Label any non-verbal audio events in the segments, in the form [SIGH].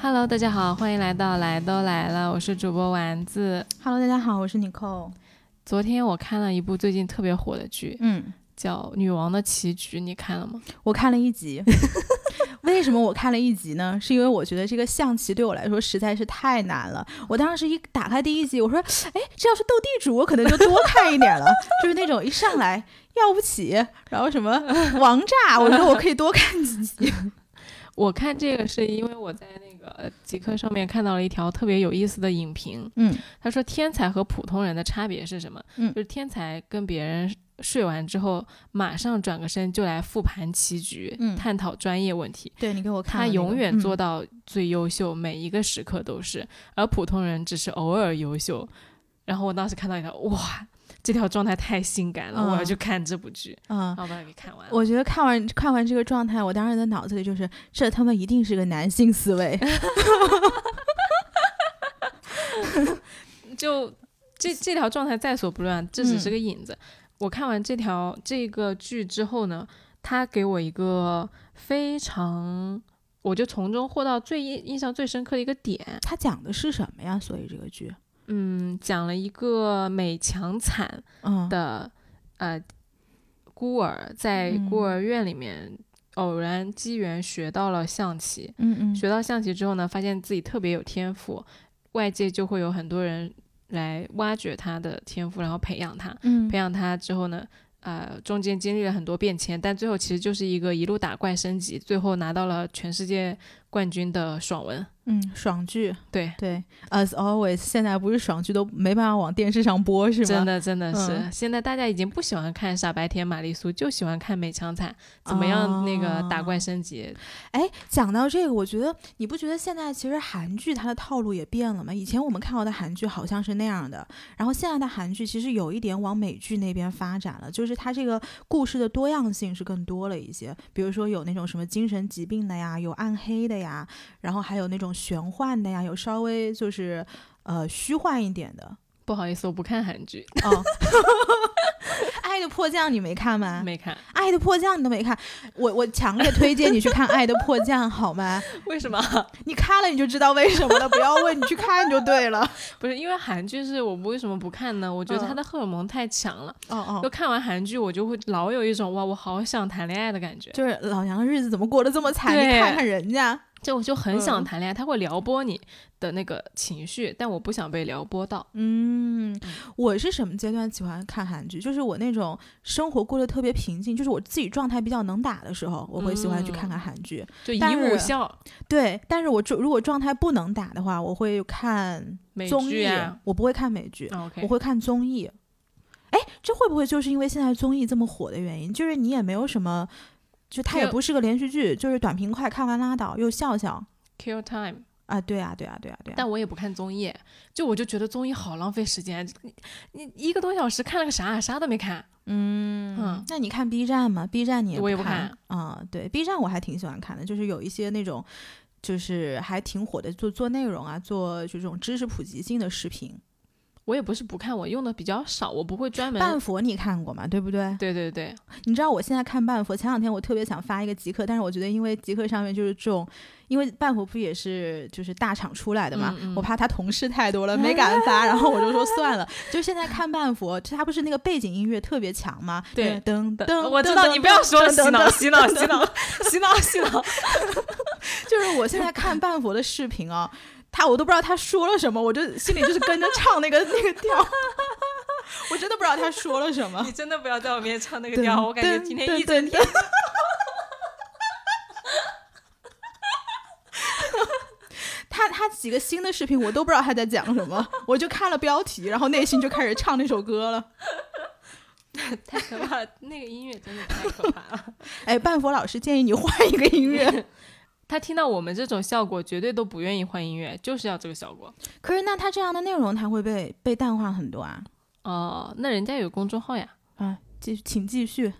Hello，大家好，欢迎来到来都来了，我是主播丸子。 Hello，大家好，我是 Nicole。昨天我看了一部最近特别火的剧，嗯，叫《女王的棋局》，你看了吗？我看了一集。 [LAUGHS] 为什么我看了一集呢？是因为我觉得这个象棋对我来说实在是太难了。我当时一打开第一集，我说：“哎，这要是斗地主，我可能就多看一点了。” [LAUGHS] 就是那种一上来要不起，然后 [LAUGHS] 什么王炸，我觉得我可以多看几集。我看这个是因为我在那个呃极客上面看到了一条特别有意思的影评，嗯他说天才和普通人的差别是什么？嗯就是天才跟别人睡完之后，马上转个身就来复盘棋局，嗯探讨专业问题。对你给我看了他那个，永远做嗯到最优秀，每一个时刻都是，而普通人只是偶尔优秀。然后我当时看到一条，哇，这条状态太性感了，嗯我要去看这部剧，嗯然。后把它给看完了。我觉得看完看完这个状态，我当时的脑子里就是，这他妈一定是个男性 [LAUGHS] 思维。就这这条状态在所不乱，这只是嗯个引子。我看完这条这个剧之后呢，他给我一个非常，我就从中获到最印印象最深刻的一个点。他讲的是什么呀？所以这个剧，嗯，讲了一个美强惨嗯，的呃孤儿在嗯孤儿院里面偶然机缘学到了象棋，嗯嗯，学到象棋之后呢，发现自己特别有天赋，外界就会有很多人来挖掘他的天赋，然后培养他。嗯培养他之后呢，呃，中间经历了很多变迁，但最后其实就是一个一路打怪升级，最后拿到了全世界冠军的爽文。嗯，爽剧，对，对，as always，现在不是爽剧都没办法往电视上播是吗？真的真的是，嗯现在大家已经不喜欢看傻白甜玛丽苏，就喜欢看美强惨怎么哦样那个打怪升级。哎，讲到这个，我觉得你不觉得现在其实韩剧它的套路也变了吗？以前我们看到的韩剧好像是那样的，然后现在的韩剧其实有一点往美剧那边发展了，就是它这个故事的多样性是更多了一些。比如说有那种什么精神疾病的呀，有暗黑的呀，然后还有那种玄幻的呀，有稍微就是呃虚幻一点的。不好意思，我不看韩剧，哦， [LAUGHS] 爱的迫降你没看吗？没 [LAUGHS] 看， 《爱的迫降》你都没看，我我强烈推荐你去看《爱的迫降》，好吗？为什么？你看了你就知道为什么了，不要问，你去看就对了。 [LAUGHS] 不是因为韩剧是我为什么不看呢？我觉得它的荷尔蒙太强了，哦就嗯哦，看完韩剧我就会老有一种哇，我好想谈恋爱的感觉。就是老娘的日子怎么过得这么惨？对你看看人家，就我就很想嗯谈恋爱，他会撩拨你的那个情绪，但我不想被撩拨到。嗯，我是什么阶段喜欢看韩剧？就是我那种生活过得特别平静，就是我自己状态比较能打的时候，我会喜欢去看嗯看韩剧。就一但是五笑对，但是我就如果状态不能打的话，我会看美综剧艺，啊我不会看美剧。啊，OK，我会看综艺。哎，这会不会就是因为现在综艺这么火的原因？就是你也没有什么，就它也就不是个连续剧，就是短平快，看完拉倒，又笑笑 kill time，啊，对啊，对啊，对啊，对啊。但我也不看综艺，就我就觉得综艺好浪费时间，你你一个多小时看了个啥，啊啥都没看。嗯嗯那你看 B 站吗？B 站你我也不不看啊、对，B 站我还挺喜欢看的，就是有一些那种。就是还挺火的，做做内容啊，做就这种知识普及性的视频。我也不是不看，我用的比较少，我不会专门。半佛你看过吗？对不对？对对对，你知道我现在看半佛，前两天我特别想发一个极客，但是我觉得因为极客上面就是这种，因为半佛不也是就是大厂出来的嘛，嗯嗯我怕他同事 [LAUGHS] 太多了没敢发，然后我就说算了。就现在看半佛，就他不是那个背景音乐特别强吗？对噔噔噔，我知道噔你不要说了噔洗脑噔洗脑洗脑洗脑洗脑，就是我现在看半佛的视频啊，他我都不知道他说了什么，我就心里就是跟着唱那个那个调， [LAUGHS] 我真的不知道他说了什么 [LAUGHS] 你。真的不要在我面前唱那个对啊调，我感觉今天一整天。 [LAUGHS] 他他几个新的视频我都不知道他在讲什 [LAUGHS] 么，我就看了标题，然后内心就开始唱那首歌 [LAUGHS] 了。 [LAUGHS] 太可怕了，那个音乐真的太可怕了。 [LAUGHS] 哎，半佛老师建议你换一个音乐。他听到我们这种效果，绝对都不愿意换音乐，就是要这个效果。 [LAUGHS] 可是那他这样的内容他会被被淡化很多啊哦、那人家有公众号呀。啊！继续，请继续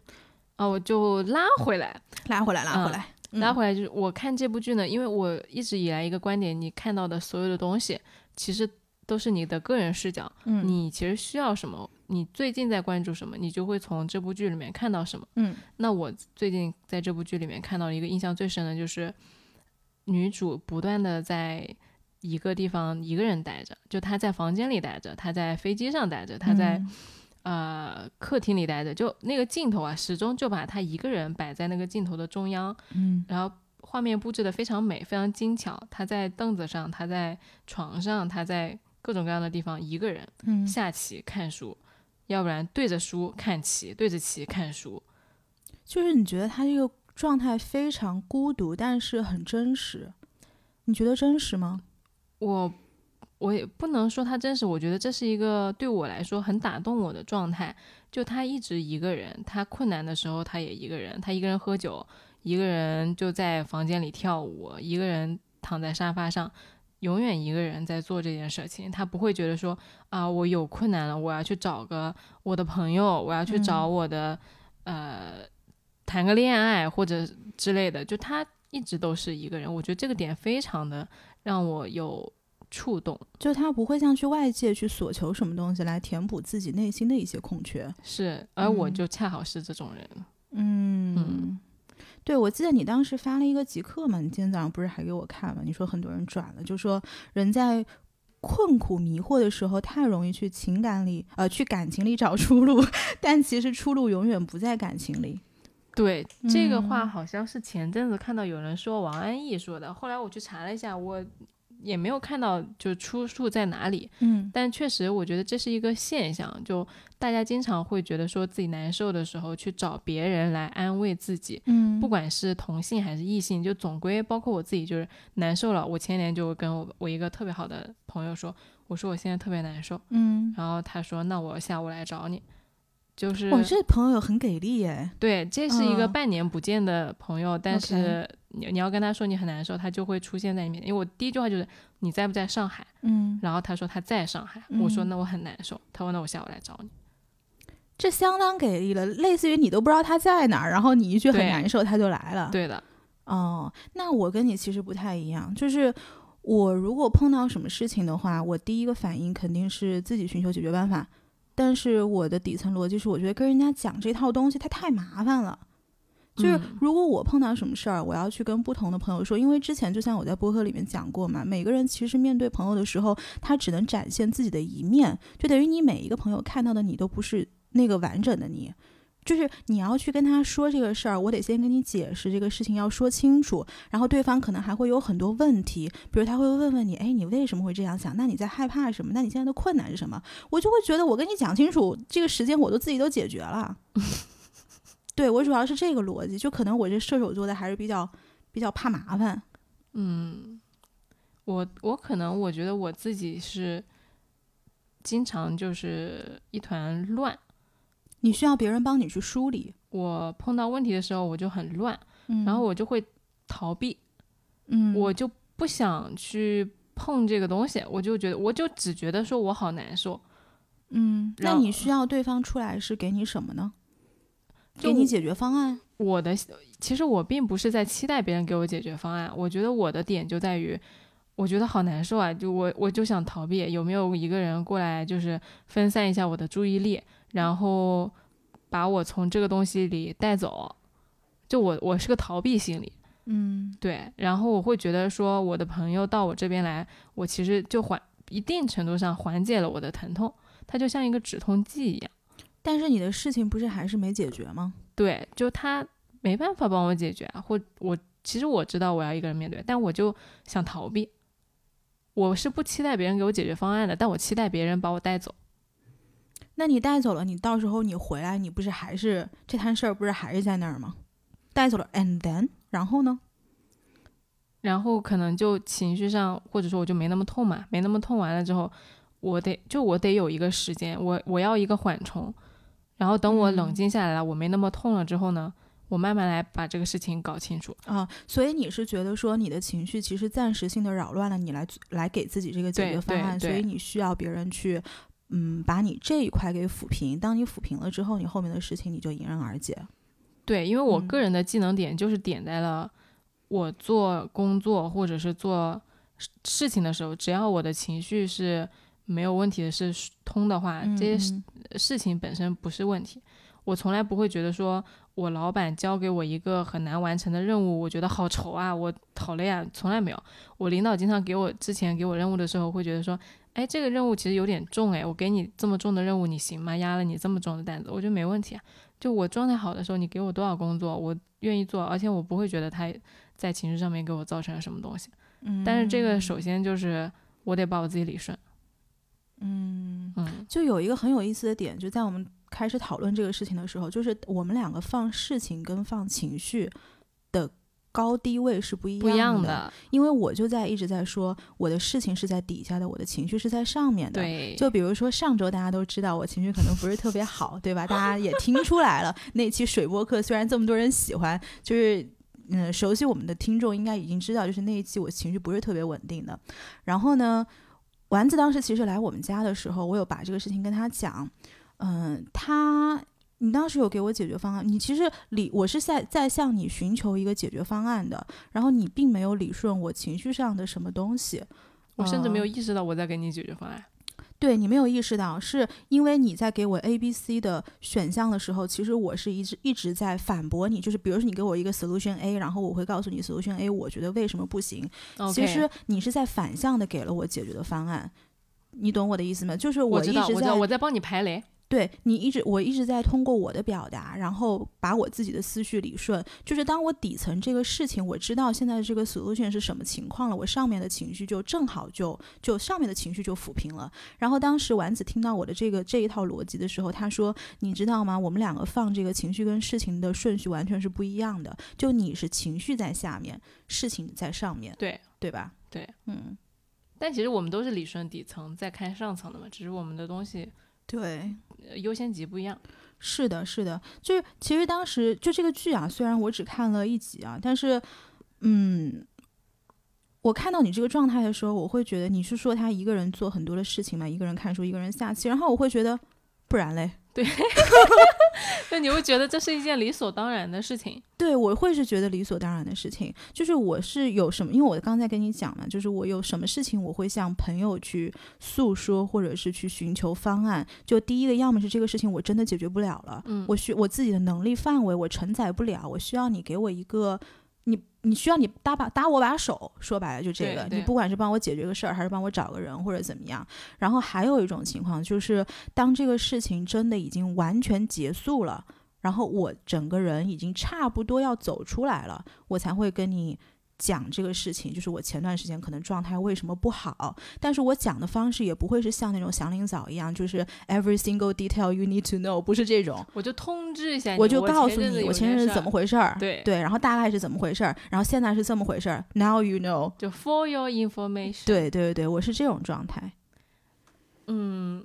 啊、我就拉回来，拉回来，拉回来，嗯拉回来就是我看这部剧呢，因为我一直以来一个观点，你看到的所有的东西，其实都是你的个人视角，嗯你其实需要什么，你最近在关注什么，你就会从这部剧里面看到什么。嗯那我最近在这部剧里面看到一个印象最深的就是，女主不断的在一个地方一个人待着，就她在房间里待着，她在飞机上待着，她在、嗯呃客厅里待着，就那个镜头啊，始终就把她一个人摆在那个镜头的中央，嗯然后画面布置的非常美，非常精巧。她在凳子上，她在床上，她在各种各样的地方一个人嗯下棋看书，要不然对着书看棋，对着棋看书。就是你觉得他这个状态非常孤独，但是很真实，你觉得真实吗？我我也不能说他真实，我觉得这是一个对我来说很打动我的状态。就他一直一个人，他困难的时候他也一个人，他一个人喝酒，一个人就在房间里跳舞，一个人躺在沙发上，永远一个人在做这件事情。他不会觉得说啊、我有困难了，我要去找个我的朋友，我要去找嗯我的、呃谈个恋爱或者之类的。就他一直都是一个人，我觉得这个点非常的让我有触动。就他不会像去外界去索求什么东西来填补自己内心的一些空缺。是，而我嗯就恰好是这种人。嗯，对，我记得你当时发了一个极客嘛，你今天早上不是还给我看嘛？你说很多人转了，就说人在困苦迷惑的时候，太容易去情感里呃去感情里找出路， [LAUGHS] 但其实出路永远不在感情里。对这个话，嗯好像是前阵子看到有人说王安忆说的，后来我去查了一下，我也没有看到就出处在哪里，嗯但确实我觉得这是一个现象，就大家经常会觉得说自己难受的时候去找别人来安慰自己。嗯不管是同性还是异性，就总归包括我自己，就是难受了。我前年就跟我我一个特别好的朋友说，我说我现在特别难受，嗯，然后他说：“那我下午来找你。”就是哇，哦这朋友很给力耶。对，这是一个嗯半年不见的朋友，但 OK 是你你要跟他说你很难受，他就会出现在你面前。因为我第一句话就是你在不在上海？嗯，然后他说他在上海，我说嗯那我很难受，他说那我下午来找你。这相当给力了，类似于你都不知道他在哪儿，然后你一句很对难受，他就来了。对的，哦，那我跟你其实不太一样，就是我如果碰到什么事情的话，我第一个反应肯定是自己寻求解决办法，但是我的底层逻辑是，我觉得跟人家讲这套东西它太麻烦了。就是嗯如果我碰到什么事儿，我要去跟不同的朋友说，因为之前就像我在播客里面讲过嘛，每个人其实面对朋友的时候，他只能展现自己的一面，就等于你每一个朋友看到的你都不是那个完整的你。就是你要去跟他说这个事儿，我得先跟你解释这个事情要说清楚，然后对方可能还会有很多问题，比如他会问问你，哎，你为什么会这样想？那你在害怕什么？那你现在的困难是什么？我就会觉得我跟你讲清楚，这个时间我都自己都解决 [LAUGHS] 了。对我主要是这个逻辑，就可能我这射手座的还是比较比较怕麻烦。嗯，我我可能我觉得我自己是经常就是一团乱，你需要别人帮你去梳理，我碰到问题的时候我就很乱，嗯然后我就会逃避。嗯，我就不想去碰这个东西，我就觉得，我就只觉得说我好难受，嗯，那然后你需要对方出来是给你什么呢？就给你解决方案。我的其实我并不是在期待别人给我解决方案，我觉得我的点就在于，我觉得好难受啊，就我我就想逃避，有没有一个人过来就是分散一下我的注意力，然后把我从这个东西里带走，就我我是个逃避心理，嗯对，然后我会觉得说我的朋友到我这边来，我其实就缓一定程度上缓解了我的疼痛，它就像一个止痛剂一样。但是你的事情不是还是没解决吗？对，就他没办法帮我解决，啊或我其实我知道我要一个人面对，但我就想逃避。我是不期待别人给我解决方案的，但我期待别人把我带走。那你带走了，你到时候你回来，你不是还是这摊事儿，不是还是在那儿吗？带走了，and then，然后呢？然后可能就情绪上，或者说我就没那么痛嘛，没那么痛完了之后，我得就我得有一个时间，我我要一个缓冲，然后等我冷静下来了，我没那么痛了之后呢，我慢慢来把这个事情搞清楚。啊、所以你是觉得说你的情绪其实暂时性的扰乱了你来来给自己这个解对决方对案，所对以你需要别人去，嗯，把你这一块给抚平。当你抚平了之后，你后面的事情你就迎刃而解。对，因为我嗯个人的技能点就是点在了我做工作或者是做事事情的时候，只要我的情绪啊是没有问题的，是通的话，这些事嗯事情本身不是问题。我从来不会觉得说我老板交给我一个很难完成的任务，我觉得好愁啊，我好累啊，从来没有。我领导经常给我之前给我任务的时候，会觉得说，哎，这个任务其实有点重，哎，我给你这么重的任务，你行吗？压了你这么重的担子，我觉得没问题啊。就我状态好的时候，你给我多少工作，我愿意做，而且我不会觉得他在情绪上面给我造成了什么东西。嗯，但是这个首先就是我得把我自己理顺。嗯，嗯就有一个很有意思的点，就在我们开始讨论这个事情的时候，就是我们两个放事情跟放情绪的高低位是不一样不一样的，的，因为我就在一直在说，我的事情是在底下的，我的情绪是在上面的。对，就比如说上周大家都知道我情绪可能不是特别好，对吧？大家也听出来了，那期水播课虽然这么多人喜欢，就是。嗯，熟悉我们的听众应该已经知道，就是那一期我情绪不是特别稳定的。然后呢，丸子当时其实来我们家的时候，我有把这个事情跟他讲，嗯，他你当时有给我解决方案，你其实理我是在在向你寻求一个解决方案的，然后你并没有理顺我情绪上的什么东西，我甚至没有嗯意识到我在给你解决方案。对你没有意识到，是因为你在给我 A、B、C 的选项的时候，其实我是一直一直在反驳你。就是比如说，你给我一个 solution A，然后我会告诉你 solution A 我觉得为什么不行。 OK，其实你是在反向的给了我解决的方案，你懂我的意思吗？就是我一知道，直我知在道，我在帮你排雷。对你一直，我一直在通过我的表达，然后把我自己的思绪理顺。就是当我底层这个事情，我知道现在这个 solution 是什么情况了，我上面的情绪就正好就就上面的情绪就抚平了。然后当时丸子听到我的这个这一套逻辑的时候，他说：“你知道吗？我们两个放这个情绪跟事情的顺序完全是不一样的。就你是情绪在下面，事情在上面，对对吧？对，嗯，但其实我们都是理顺底层，再看上层的嘛，只是我们的东西对。”呃优先级不一样。是的，是的，就是其实当时就这个剧啊，虽然我只看了一集啊，但是，嗯，我看到你这个状态的时候，我会觉得你是说他一个人做很多的事情嘛，一个人看书，一个人下棋，然后我会觉得，不然嘞，那你会觉得这是一件理所当然的事情。对我会是觉得理所当然的事情，就是我是有什么，因为我刚才跟你讲嘛，就是我有什么事情我会向朋友去诉说，或者是去寻求方案。就第一个，要么是这个事情我真的解决不了了，嗯我需我自己的能力范围我承载不了，我需要你给我一个，你你需要你搭把搭我把手，说白了就这对个，对你不管是帮我解决个事儿，还是帮我找个人或者怎么样。然后还有一种情况就是，当这个事情真的已经完全结束了，然后我整个人已经差不多要走出来了，我才会跟你。讲这个事情，就是我前段时间可能状态为什么不好，但是我讲的方式也不会是像那种祥林嫂一样，就是 every single detail you need to know，不是这种，我就通知一下哎你，我我就告诉前阵子你有我前件阵事子怎儿么回事儿，对然后大概是怎么回事儿，然后现在是这么回事儿，now you know，就 for your information。，对对对，我是这种状态，嗯，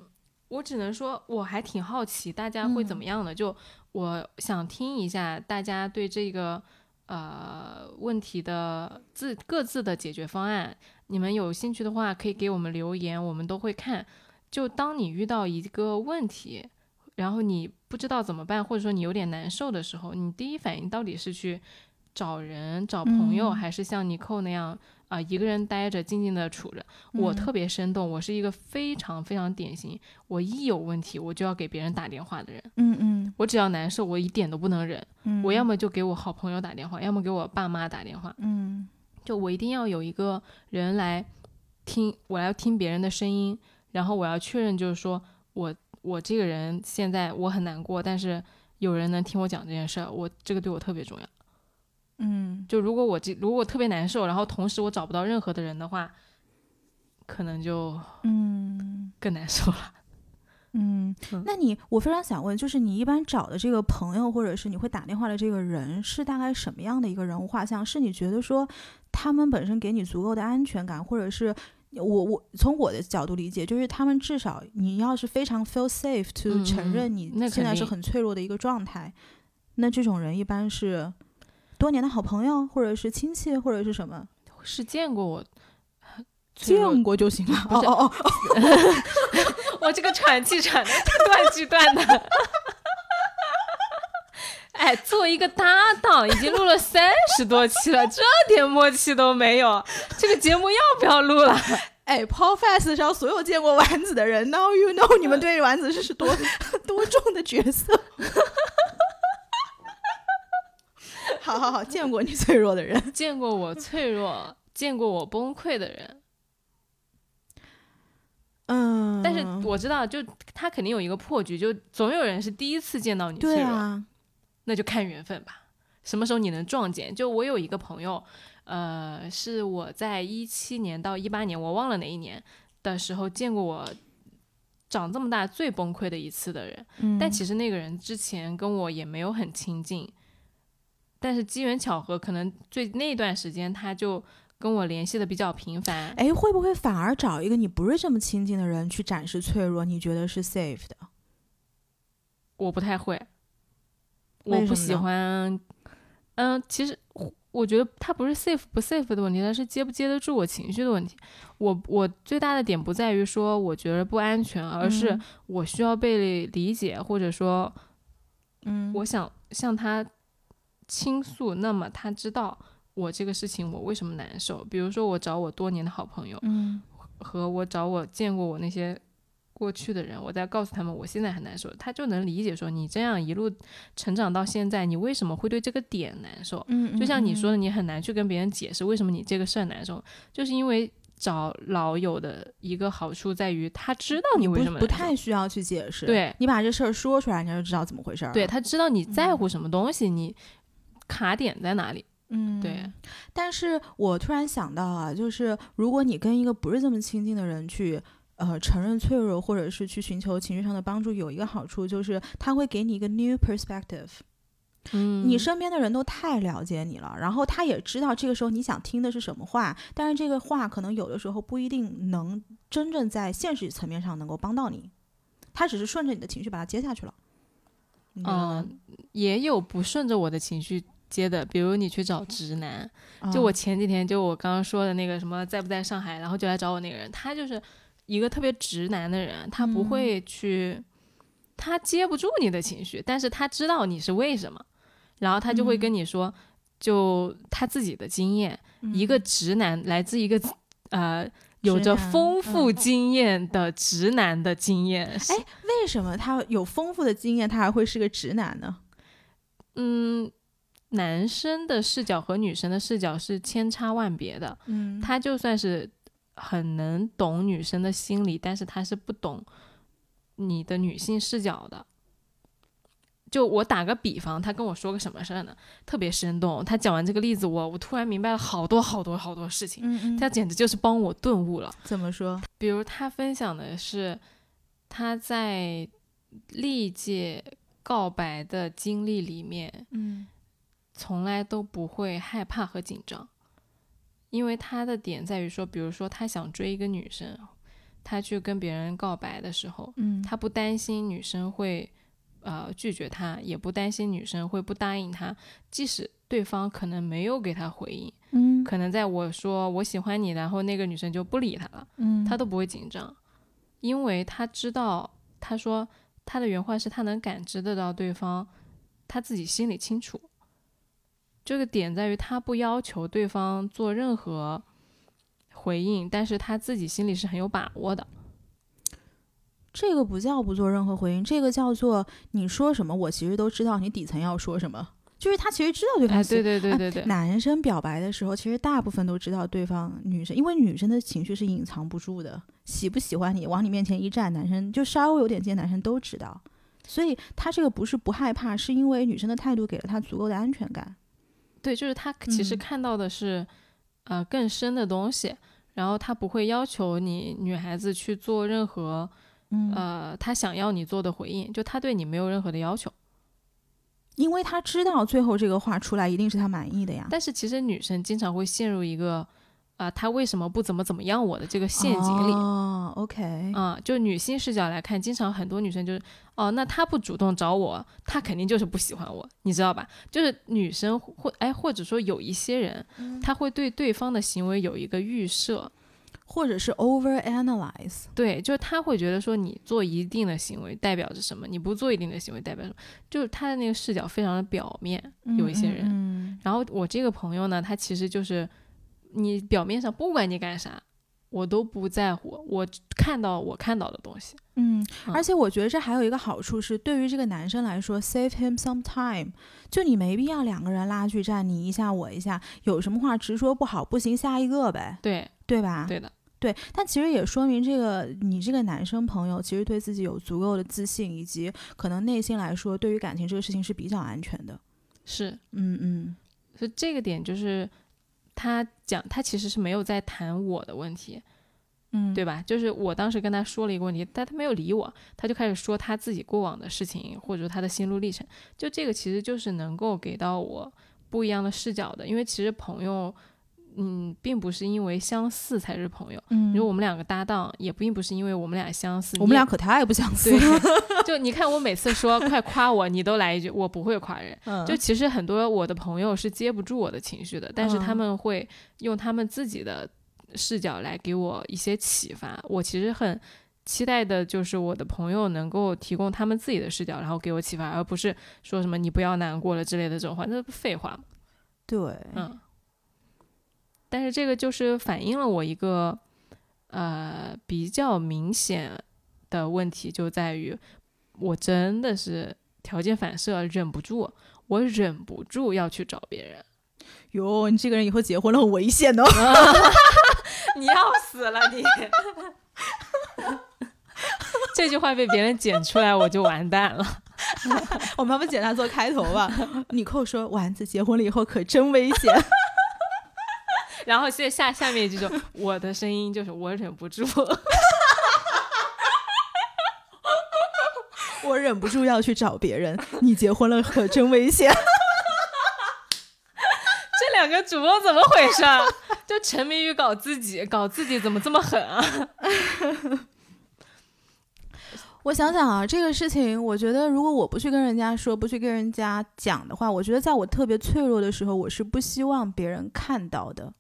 我只能说我还挺好奇大家会怎么样的，就我想听一下大家对这个呃问题的自各自的解决方案。你们有兴趣的话，可以给我们留言，我们都会看。就当你遇到一个问题，然后你不知道怎么办，或者说你有点难受的时候，你第一反应到底是去找人、找朋友，嗯还是像尼寇那样啊、一个人待着，静静的处着？我嗯特别生动，我是一个非常非常典型，我一有问题我就要给别人打电话的人。嗯嗯我只要难受，我一点都不能忍，嗯，我要么就给我好朋友打电话，要么给我爸妈打电话，嗯就我一定要有一个人来听，我要听别人的声音，然后我要确认，就是说我我这个人现在我很难过，但是有人能听我讲这件事儿，我这个对我特别重要。嗯就如果我这如果我特别难受，然后同时我找不到任何的人的话，可能就嗯更难受了。嗯嗯，那你我非常想问，就是你一般找的这个朋友，或者是你会打电话的这个人，是大概什么样的一个人物画像？是你觉得说他们本身给你足够的安全感，或者是我我从我的角度理解，就是他们至少你要是非常 feel safe 嗯 to 嗯承认你那肯现在是定很脆弱的一个状态，那这种人一般是多年的好朋友，或者是亲戚，或者是什么？是见过 [LAUGHS] 我，脆弱见过就行了。不哦是哦哦，我这个喘气喘的断句断的。 [LAUGHS] 哎，作为一个搭档，已经录了三十多期了，这点默契都没有，这个节目要不要录了？哎，Paul Fest 上所有见过丸子的人，Now you know 你们对丸子是是多多重的角色。 [LAUGHS] 好好好，见过你脆弱的人。 [LAUGHS] 见过我脆弱，见过我崩溃的人。嗯， [LAUGHS] 但是我知道，就他肯定有一个破局，就总有人是第一次见到你脆对弱，啊，那就看缘分吧，什么时候你能撞见。就我有一个朋友，呃，是我在一七年到一八年，我忘了哪一年的时候见过我长这么大最崩溃的一次的人。嗯但其实那个人之前跟我也没有很亲近，但是机缘巧合，可能最那段时间他就跟我联系的比较频繁。哎，会不会反而找一个你不是这么亲近的人去展示脆弱？你觉得是 safe 的？我不太会，我为什么不喜呢欢。嗯，其实我我觉得它不是 safe 不 safe 的问题，它是接不接得住我情绪的问题。我我最大的点不在于说我觉得不安全，而是嗯我需要被理解，或者说嗯，我想向他倾诉，那么他知道我这个事情我为什么难受。比如说，我找我多年的好朋友，嗯和我找我见过我那些过去的人，我再告诉他们我现在很难受，他就能理解说你这样一路成长到现在，你为什么会对这个点难受？嗯，就像你说的，的，你很难去跟别人解释为什么你这个事儿难受，就是因为找老友的一个好处在于他知道你不为什么不难受太需要去解释，对你把这事儿说出来，人家就知道怎么回事儿了。对他知道你在乎什么东西，你卡点在哪里。嗯，对。但是我突然想到啊，就是如果你跟一个不是这么亲近的人去。呃，承认脆弱，或者是去寻求情绪上的帮助，有一个好处就是他会给你一个 new perspective。嗯你身边的人都太了解你了，然后他也知道这个时候你想听的是什么话，但是这个话可能有的时候不一定能真正在现实层面上能够帮到你，他只是顺着你的情绪把它接下去了。你觉得呢嗯，也有不顺着我的情绪接的，比如你去找直男，嗯啊就我前几天就我刚刚说的那个什么在不在上海，然后就来找我那个人，他就是一个特别直男的人，他不嗯会去，他接不住你的情绪，但是他知道你是为什么，然后他就会跟你说，就他自己的经验，嗯一个直男来自一个呃。有直着男丰富嗯经验的直男的经验，哎为什么他有丰富的经验，他还会是个直男呢？嗯，男生的视角和女生的视角是千差万别的。嗯他就算是很能懂女生的心理，但是他是不懂你的女性视角的。就我打个比方，他跟我说个什么事儿呢？特别生动。他讲完这个例子，我我突然明白了好多好多好多事情。嗯他简直就是帮我顿悟了。怎么说？比如他分享的是他在历届告白的经历里面，嗯从来都不会害怕和紧张，因为他的点在于说，比如说他想追一个女生，他去跟别人告白的时候，嗯他不担心女生会呃拒绝他，也不担心女生会不答应他，即使对方可能没有给他回应，嗯可能在我说我喜欢你，然后那个女生就不理他了，嗯他都不会紧张，因为他知道，他说他的原话是他能感知得到对方，他自己心里清楚。这个点在于他不要求对方做任何回应，但是他自己心里是很有把握的。这个不叫不做任何回应，这个叫做你说什么，我其实都知道你底层要说什么，就是他其实知道对方哎，喜对对对对对，男生表白的时候，其实大部分都知道对方女生，因为女生的情绪是隐藏不住的，喜不喜欢你，往你面前一站，男生就稍微有点见，男生都知道。所以他这个不是不害怕，是因为女生的态度给了他足够的安全感。对，就是他其实嗯看到的是、呃更深的东西，然后他不会要求你女孩子去做任何嗯呃他想要你做的回应，就他对你没有任何的要求。因为他知道最后这个话出来一定是他满意的呀。但是其实女生经常会陷入一个啊、她为什么不怎么怎么样我的这个陷阱里嗯啊、哦，OK，就女性视角来看，经常很多女生就是哦，那她不主动找我，她肯定就是不喜欢我，你知道吧？就是女生或哎，或者说有一些人，嗯她会对对方的行为有一个预设，或者是 over analyze。对，就是她会觉得说你做一定的行为代表着什么，你不做一定的行为代表什么，就是她的那个视角非常的表面，有一些人。嗯然后我这个朋友呢，他其实就是你表面上不管你干啥，我都不在乎，我看到我看到的东西。嗯，嗯而且我觉得这还有一个好处是，对于这个男生来说，save him some time，就你没必要两个人拉锯战，你一下我一下，有什么话直说，不好不行，下一个呗，对，对吧？对的，对，但其实也说明这个你这个男生朋友其实对自己有足够的自信，以及可能内心来说，对于感情这个事情是比较安全的。是。嗯嗯所以这个点就是他讲，他其实是没有在谈我的问题，嗯，对吧？就是我当时跟他说了一个问题，但他没有理我，他就开始说他自己过往的事情，或者说他的心路历程。就这个其实就是能够给到我不一样的视角的，因为其实朋友，嗯，并不是因为相似才是朋友。嗯比如我们两个搭档，也并不是因为我们俩相似，我们俩你可太不相似对了。就你看我每次说快夸我，你都来一句我不会夸人。嗯就其实很多我的朋友是接不住我的情绪的，但是他嗯们会用他们自己的视角来给我一些启发。我其实很期待的就是我的朋友能够提供他们自己的视角，然后给我启发，而不是说什么你不要难过了之类的这种话，那不废话吗？对，嗯。但是这个就是反映了我一个呃比较明显的问题，就在于我真的是条件反射，忍不住，我忍不住要去找别人。哟，你这个人以后结婚了很危险的。 [LAUGHS] 你要死了你！ [LAUGHS] 这句话被别人剪出来，我就完蛋 [LAUGHS] 了。我们要不简单做开头吧？ [LAUGHS] 你扣说丸子结婚了以后可真危险。 [LAUGHS] 然后现在下下面一句就我的声音就是我忍不 [LAUGHS] 住，我忍不住要去找别人。你结婚了可真危险。这两个主播怎么回事儿？就沉迷于搞自己，搞自己怎么这么狠啊？我想想啊，这个事情，我觉得如果我不去跟人家说，不去跟人家讲的话，我觉得在我特别脆弱的时候，我是不希望别人看到的。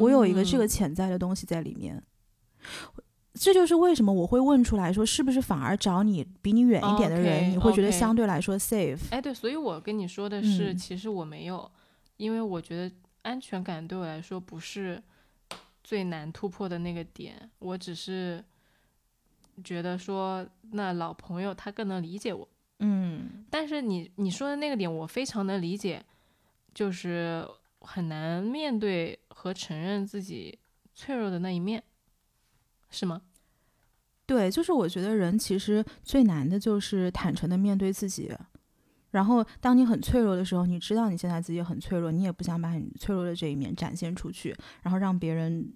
我有一个这个潜在的东西在里面。这就是为什么我会问出来说，是不是反而找你比你远一点的人 OK，你会觉得 OK 相对来说 safe？哎，对，所以我跟你说的是，嗯其实我没有，因为我觉得安全感对我来说不是最难突破的那个点，我只是觉得说，那老朋友他更能理解我。嗯但是你你说的那个点，我非常能理解，就是很难面对和承认自己脆弱的那一面，是吗？对，就是我觉得人其实最难的就是坦诚的面对自己。然后，当你很脆弱的时候，你知道你现在自己很脆弱，你也不想把你脆弱的这一面展现出去，然后让别人。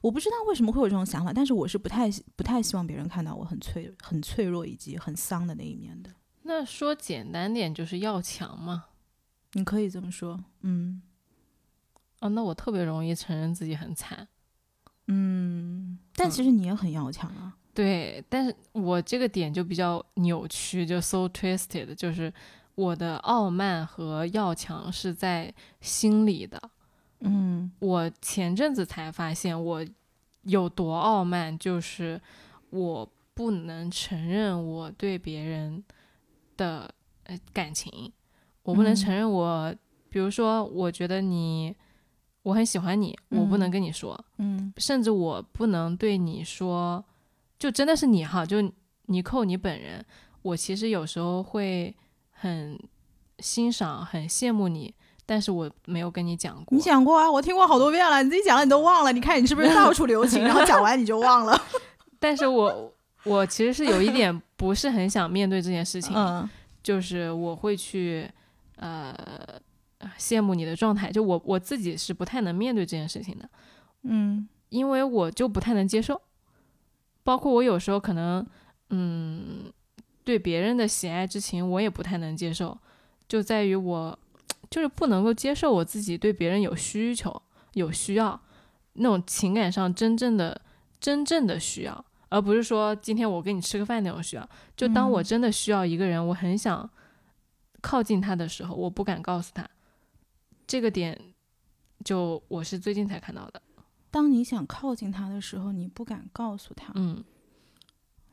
我不知道为什么会有这种想法，但是我是不太不太希望别人看到我很脆、很脆弱以及很丧的那一面的。那说简单点，就是要强嘛。你可以这么说，嗯啊，那我特别容易承认自己很惨。嗯，但其实你也很要强啊。对，但是我这个点就比较扭曲，就 so twisted，就是我的傲慢和要强是在心里的。嗯我前阵子才发现我有多傲慢，就是我不能承认我对别人的呃感情，我不能嗯承认我，比如说我觉得你，我很喜欢你，我不能嗯跟你说，嗯甚至我不能对你说，就真的是你哈，就你扣你本人，我其实有时候会很欣赏、很羡慕你，但是我没有跟你讲过。你讲过啊，我听过好多遍了，你自己讲了你都忘了，你看你是不是到处留 [LAUGHS] 情，然后讲完你就忘了。但是我我其实是有一点不是很想面对这件事情，嗯就是我会去呃羡慕你的状态，就我我自己是不太能面对这件事情的。嗯因为我就不太能接受，包括我有时候可能，嗯，对别人的喜爱之情，我也不太能接受，就在于我就是不能够接受我自己对别人有需求、有需要那种情感上真正的、真正的需要，而不是说今天我跟你吃个饭那种需要。就当我嗯真的需要一个人，我很想靠近他的时候，我不敢告诉他，这个点就我是最近才看到的，当你想靠近他的时候，你不敢告诉他。嗯。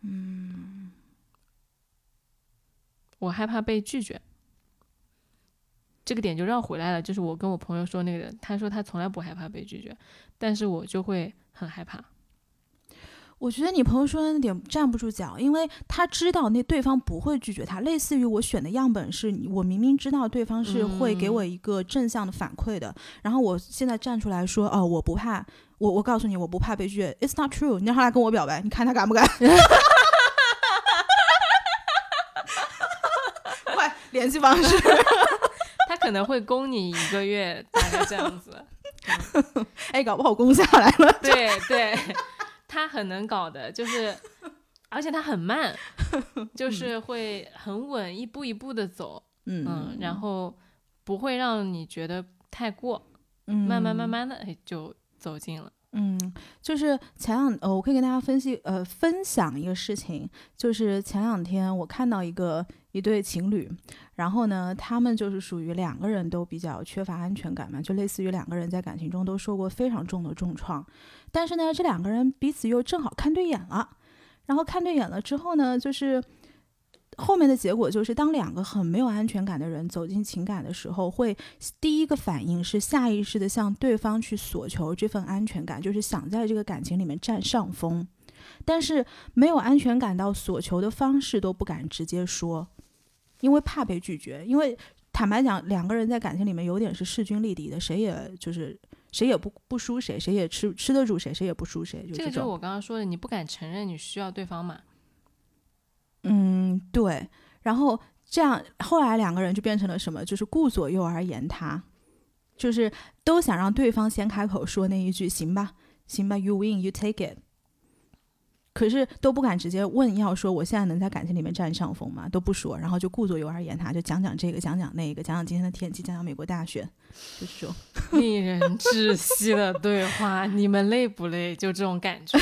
嗯，我害怕被拒绝。这个点就绕回来了，就是我跟我朋友说那个，他说他从来不害怕被拒绝，但是我就会很害怕。我觉得你朋友说的那点站不住脚，因为他知道那对方不会拒绝他。类似于我选的样本是，我明明知道对方是会给嗯我一个正向的反馈的，然后我现在站出来说，哦，我不怕，我我告诉你，我不怕被拒绝，It's not true。你让他来跟我表白，你看他敢不 [LAUGHS] 敢？快，联系方式。他可能会供你一个月，大概这样 [LAUGHS] 子。哎，搞不好攻下来了。对对，他很能搞的，就是，而且他很慢，就是会很稳，一步一步的走，嗯，然后不会让你觉得太过，嗯慢慢慢慢。慢的，哎，就走近了。嗯，就是前两呃，我可以跟大家分析呃分享一个事情，就是前两天我看到一个一对情侣，然后呢，他们就是属于两个人都比较缺乏安全感嘛，就类似于两个人在感情中都受过非常重的重创，但是呢，这两个人彼此又正好看对眼了，然后看对眼了之后呢，就是。后面的结果就是，当两个很没有安全感的人走进情感的时候，会第一个反应是下意识的向对方去索求这份安全感，就是想在这个感情里面占上风，但是没有安全感到索求的方式都不敢直接说，因为怕被拒绝。因为坦白讲，两个人在感情里面有点是势均力敌的，谁也就是谁也不不输谁，谁也吃吃得住谁，谁也不输谁，就这个就是种。我刚刚说的，你不敢承认你需要对方嘛？嗯，对。然后这样，后来两个人就变成了什么？就是顾左右而言他，就是都想让对方先开口说那一句“行吧，行吧，you win, you take it”。可是都不敢直接问，要说我现在能在感情里面占上风吗？都不说，然后就顾左右而言他，就讲讲这个，讲讲那个，讲讲今天的天气，讲讲美国大选，就是这种。令人窒息的对话，你们累不累？就这种感觉。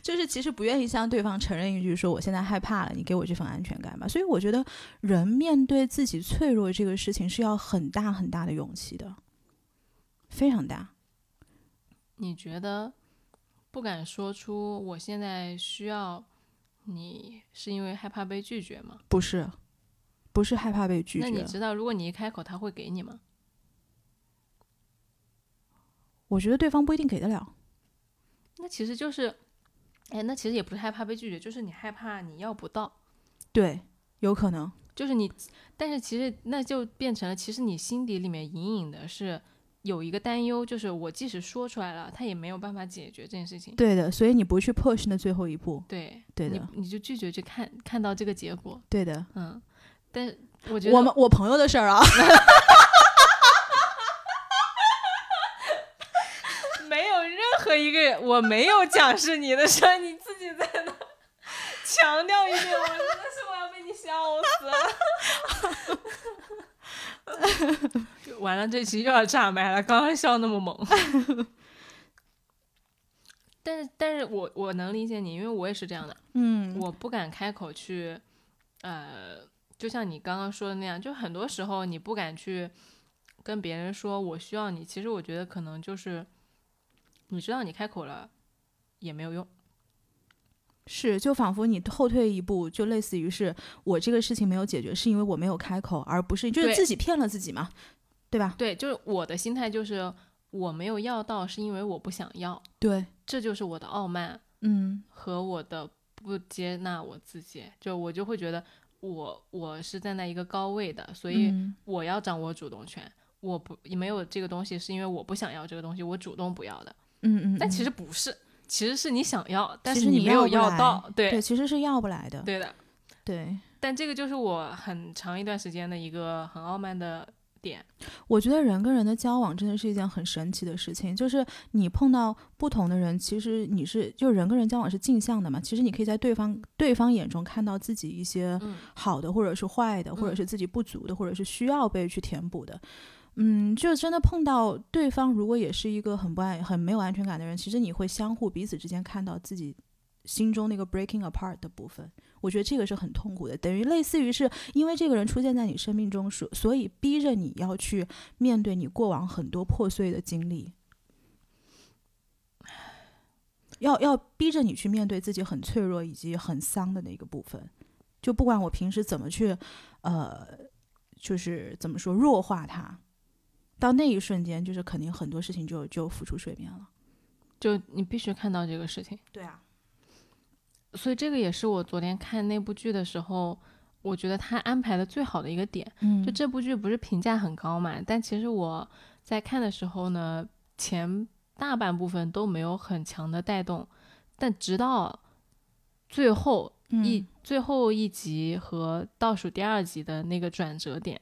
就是其实不愿意向对方承认一句说我现在害怕了，你给我这份安全感吧。所以我觉得人面对自己脆弱这个事情是要很大很大的勇气的，非常大。你觉得不敢说出我现在需要你，是因为害怕被拒绝吗？不是，不是害怕被拒那你绝，知道，如果你一开口，他会给你吗？我觉得对方不一定给得了。那其实就是，哎，那其实也不是害怕被拒绝，就是你害怕你要不到，对，有可能。就是你，但是其实那就变成了，其实你心底里面隐隐的是有一个担忧，就是我即使说出来了，他也没有办法解决这件事情。对的，所以你不去 push 那最后一步。对，对的你你就拒绝去看看到这个结果，对的，嗯，但是我觉得我们我朋友的事儿啊， [LAUGHS] 没有任何一个人，我没有讲是你的事儿，你自己在那强调一遍，我真的是我要被你笑死了。完了，这期又要炸麦了，刚刚笑那么猛。 [LAUGHS] 但是，但是我我能理解你，因为我也是这样的，嗯，我不敢开口去，呃，就像你刚刚说的那样，就很多时候你不敢去跟别人说我需要你，其实我觉得可能就是你知道你开口了也没有用，是，就仿佛你后退一步，就类似于是我这个事情没有解决，是因为我没有开口，而不是就是对自己骗了自己嘛，对吧？对，就是我的心态就是我没有要到是因为我不想要，对，这就是我的傲慢嗯和我的不接纳我自己，就我就会觉得我我是站在一个高位的，所以嗯我要掌握主动权。我不没有这个东西，是因为我不想要这个东西，我主动不要的。嗯嗯，但嗯其实不是，其实是你想要，但其是实你没有要要不来到，对对，其实是要不来的，对的。对但这个就是我很长一段时间的一个很傲慢的点，我觉得人跟人的交往真的是一件很神奇的事情，就是你碰到不同的人，其实你是就人跟人交往是镜像的嘛，其实你可以在对方对方眼中看到自己一些嗯好的，或者是坏的，或者嗯是自己不足的，或者是需要被去填补的。嗯，就真的碰到对方，如果也是一个很不安、很没有安全感的人，其实你会相互彼此之间看到自己心中那个 breaking apart 的部分。我觉得这个是很痛苦的，等于类似于是因为这个人出现在你生命中，所所以逼着你要去面对你过往很多破碎的经历，要要逼着你去面对自己很脆弱以及很丧的那个部分。就不管我平时怎么去，呃，就是怎么说弱化它，到那一瞬间，就是肯定很多事情就就浮出水面了。就你必须看到这个事情。对啊，所以这个也是我昨天看那部剧的时候，我觉得他安排的最好的一个点。嗯就这部剧不是评价很高嘛，但其实我在看的时候呢，前大半部分都没有很强的带动，但直到最后一、嗯最后一集和倒数第二集的那个转折点，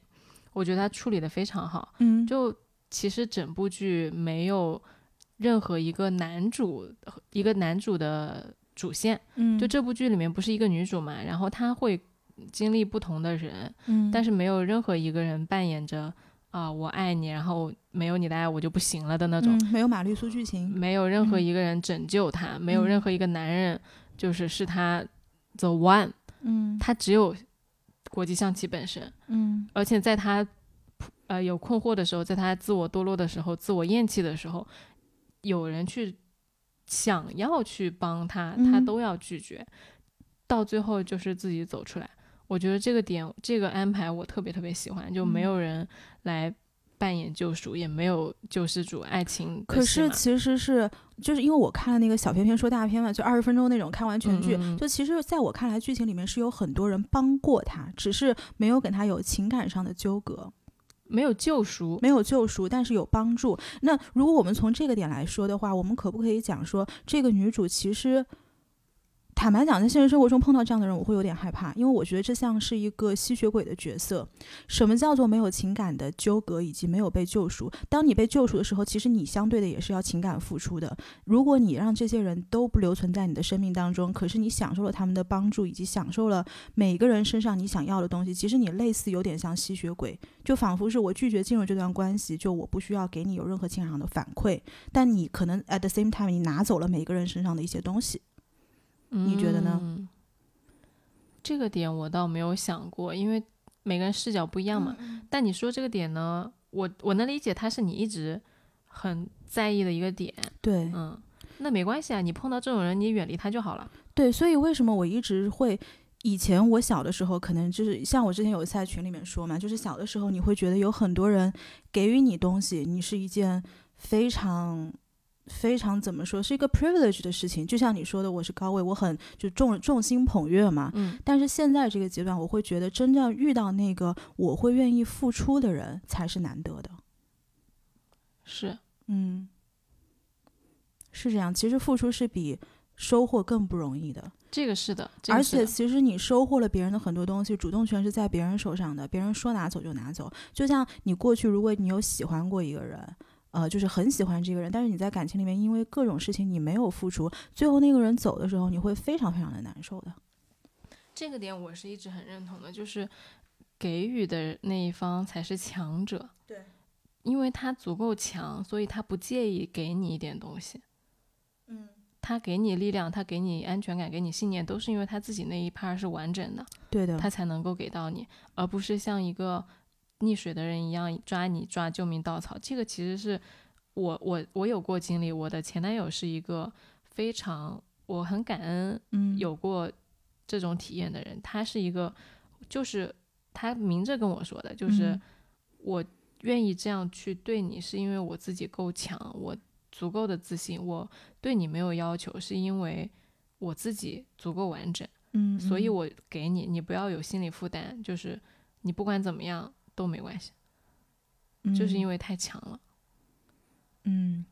我觉得他处理的非常好。嗯就其实整部剧没有任何一个男主一个男主的主线，嗯就这部剧里面不是一个女主嘛，然后她会经历不同的人，嗯但是没有任何一个人扮演着啊、我爱你，然后没有你的爱我就不行了的那种，嗯没有玛丽苏剧情，没有任何一个人拯救她，没嗯有任何一个男人就是是她 the one，嗯她只有国际象棋本身，嗯而且在她呃有困惑的时候，在她自我堕落的时候，自我厌弃的时候，有人去想要去帮她，她嗯都要拒绝，到最后就是自己走出来。我觉得这个点，这个安排我特别特别喜欢，就没嗯有人来扮演救赎，也没有救世主爱情的可戏是码。其实是就是因为我看了那个小片片说大片嘛，就二十分钟那种看完全剧，嗯嗯嗯就其实在我看来，剧情里面是有很多人帮过他，只是没有跟他有情感上的纠葛，没有救赎，没有救赎，但是有帮助。那如果我们从这个点来说的话，我们可不可以讲说，这个女主其实？坦白讲，在现实生活中碰到这样的人，我会有点害怕，因为我觉得这像是一个吸血鬼的角色。什么叫做没有情感的纠葛，以及没有被救赎？当你被救赎的时候，其实你相对的也是要情感付出的。如果你让这些人都不留存在你的生命当中，可是你享受了他们的帮助，以及享受了每个人身上你想要的东西，其实你类似有点像吸血鬼，就仿佛是我拒绝进入这段关系，就我不需要给你有任何情感上的反馈，但你可能 at the same time 你拿走了每个人身上的一些东西。你觉得呢嗯？这个点我倒没有想过，因为每个人视角不一样嘛。嗯但你说这个点呢，我我能理解，它是你一直很在意的一个点。对嗯，那没关系啊，你碰到这种人，你远离他就好了。对，所以为什么我一直会。以前我小的时候，可能就是像我之前有在群里面说嘛，就是小的时候你会觉得有很多人给予你东西，你是一件非常非常怎么说，是一个 privilege 的事情。就像你说的，我是高位，我很就众众星捧月嘛，嗯，但是现在这个阶段，我会觉得真正遇到那个我会愿意付出的人才是难得的。是，嗯，是这样。其实付出是比收获更不容易的，这个是的，这个而是且的其实你收获了别人的很多东西，主动权是在别人手上的，别人说拿走就拿走。就像你过去，如果你有喜欢过一个人。呃，就是很喜欢这个人，但是你在感情里面因为各种事情你没有付出，最后那个人走的时候，你会非常非常的难受的。这个点我是一直很认同的，就是给予的那一方才是强者。对，因为他足够强，所以他不介意给你一点东西。嗯，他给你力量，他给你安全感，给你信念，都是因为他自己那一 part 是完整的，对的，他才能够给到你，而不是像一个溺水的人一样抓你抓救命稻草。这个其实是我我我有过经历，我的前男友是一个非常我很感恩嗯有过这种体验的人，他是一个就是他明着跟我说的，就是嗯我愿意这样去对你，是因为我自己够强，我足够的自信，我对你没有要求，是因为我自己足够完整，嗯，所以嗯我给你，你不要有心理负担，就是你不管怎么样都没关系，就是嗯因为太强了。嗯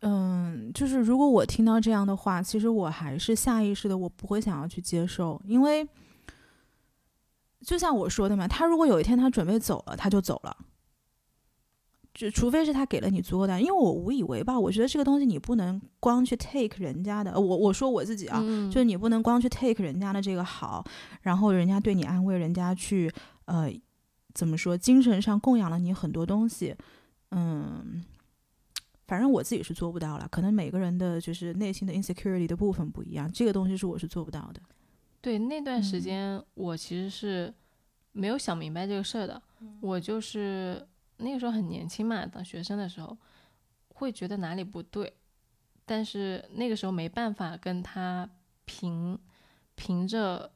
嗯，就是如果我听到这样的话，其实我还是下意识的，我不会想要去接受，因为就像我说的嘛，他如果有一天他准备走了，他就走了。就除非是他给了你足够的，因为我无以为报。我觉得这个东西你不能光去 take 人家的，呃我我说我自己啊，嗯就是你不能光去 take 人家的这个好，然后人家对你安慰，人家去呃怎么说，精神上供养了你很多东西，嗯，反正我自己是做不到了。可能每个人的就是内心的 insecurity 的部分不一样，这个东西是我是做不到的。对，那段时嗯间我其实是没有想明白这个事儿的。嗯我就是那个时候很年轻嘛，当学生的时候会觉得哪里不对，但是那个时候没办法跟他平凭着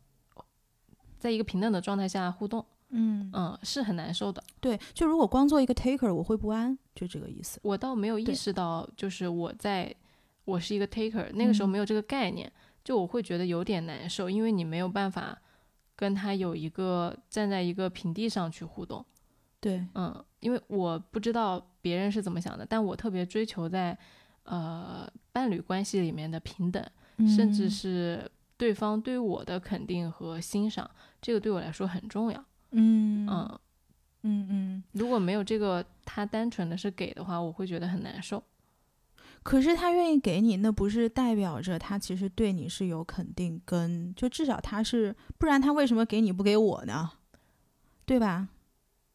在一个平等的状态下互动，嗯，嗯，是很难受的。对，就如果光做一个 taker，我会不安，就这个意思。我倒没有意对嗯识到，就是我在我是一个 taker，那个时候没有这个概念。就我会觉得有点难受，因为你没有办法跟他有一个站在一个平地上去互动。对，嗯，因为我不知道别人是怎么想的，但我特别追求在呃伴侣关系里面的平等，甚嗯至是对方对我的肯定和欣赏，这个对我来说很重要。嗯嗯嗯，嗯嗯。如果没有这个，他单纯的是给的话，我会觉得很难受。可是他愿意给你，那不是代表着他其实对你是有肯定跟，就至少他是，不然他为什么给你不给我呢？对吧？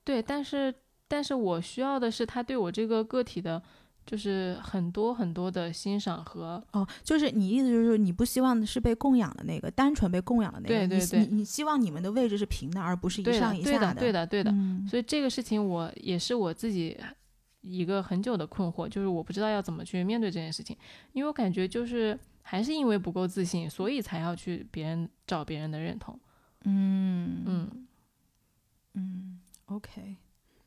对，但是但是我需要的是他对我这个个体的，就是很多很多的欣赏和哦，就是你意思就是说你不希望是被供养的那个，单纯被供养的那对个，对你对你你希望你们的位置是平的，而不是一对的上一对下的对的，的对的。嗯所以这个事情我也是我自己一个很久的困惑，就是我不知道要怎么去面对这件事情，因为我感觉就是还是因为不够自信，所以才要去别人找别人的认同。嗯嗯嗯，OK，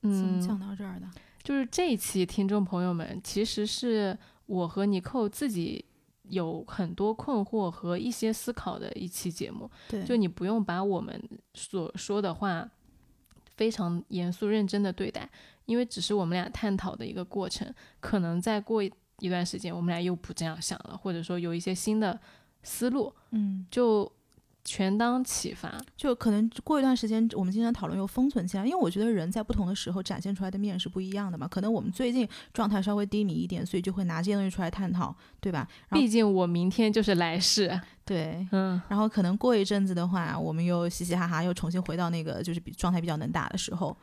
怎么讲嗯，到这儿的？就是这一期听众朋友们，其实是我和尼寇自己。有很多困惑和一些思考的一期节目，对，就你不用把我们所说的话非常严肃认真的对待，因为只是我们俩探讨的一个过程，可能再过一一段时间，我们俩又不这样想了，或者说有一些新的思路，嗯，就全当启发。就可能过一段时间，我们经常讨论又封存起啊来，因为我觉得人在不同的时候展现出来的面是不一样的嘛。可能我们最近状态稍微低迷一点，所以就会拿这些东西出来探讨，对吧？然后毕竟我明天就是来 [LAUGHS] 世，对。嗯，然后可能过一阵子的话，我们又嘻嘻哈哈，又重新回到那个就是比状态比较能打的时候，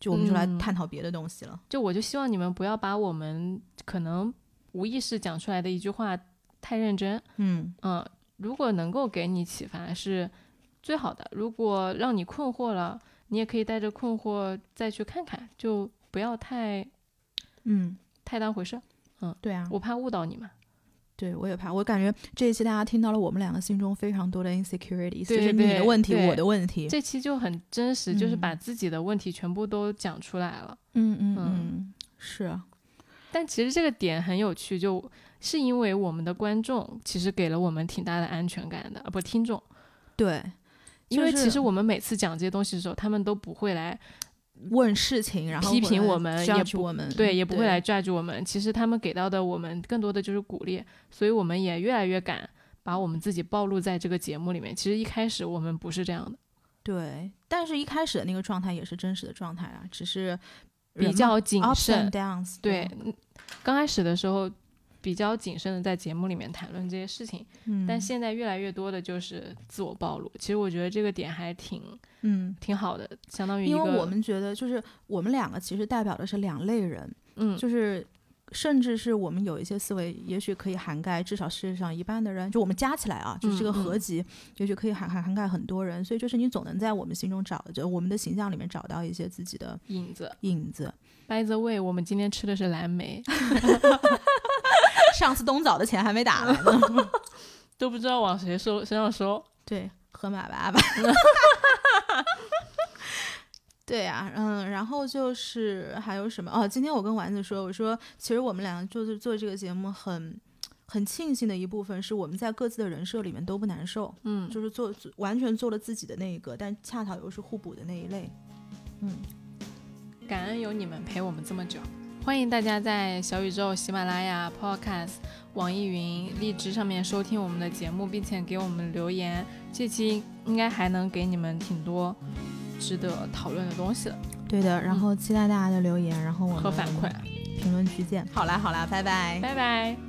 就我们就来嗯探讨别的东西了。就我就希望你们不要把我们可能无意识讲出来的一句话太认真，嗯嗯，如果能够给你启发是最好的。如果让你困惑了，你也可以带着困惑再去看看，就不要太嗯，太当回事儿。对啊，我怕误导你嘛。对我也怕，我感觉这一期大家听到了我们两个心中非常多的 insecurities，对就是对你的问题，对我的问题。这期就很真实，就是把嗯自己的问题全部都讲出来了。嗯嗯嗯嗯，是啊，但其实这个点很有趣，就是因为我们的观众其实给了我们挺大的安全感的，啊，不，听众。对，因为就其是实我们每次讲这些东西的时候，他们都不会来问事情，然后批评会来我们也 judge 不我们，对，也不会来 judge 我们。其实他们给到的我们更多的就是鼓励，所以我们也越来越敢把我们自己暴露在这个节目里面。其实一开始我们不是这样的，对。但是一开始的那个状态也是真实的状态啊，只是比较谨 up and 慎。 downs 对吧，，嗯刚开始的时候比较谨慎的在节目里面谈论这些事情，嗯，但现在越来越多的就是自我暴露。其实我觉得这个点还挺嗯。挺好的，相当于一因个为我们觉得，就是我们两个其实代表的是两类人，嗯就是甚至是我们有一些思维，也许可以涵盖至少世界上一半的人，就我们加起来啊，就是这个嗯嗯合集，也许可以涵涵涵盖很多人，所以就是你总能在我们心中找，就我们的形象里面找到一些自己的影子。影子。 By the way，我们今天吃的是蓝 [LAUGHS] 莓，上次东早的钱还没打来呢，都不知道往谁收身上收。对，河马爸 [LAUGHS] 爸。对呀、嗯，然后就是还有什么？哦，今天我跟丸子说，我说其实我们俩就是做这个节目很很庆幸的一部分是我们在各自的人设里面都不难受，嗯，就是做完全做了自己的那一个，但恰巧又是互补的那一类。嗯，感恩有你们陪我们这么久。欢迎大家在小宇宙、喜马拉雅、Podcast、网易云、荔枝上面收听我们的节目，并且给我们留言。这期应该还能给你们挺多值得讨论的东西了对的。然后期待大家的留言，然后我们和反馈。评论区见。好啦好啦，拜拜拜拜。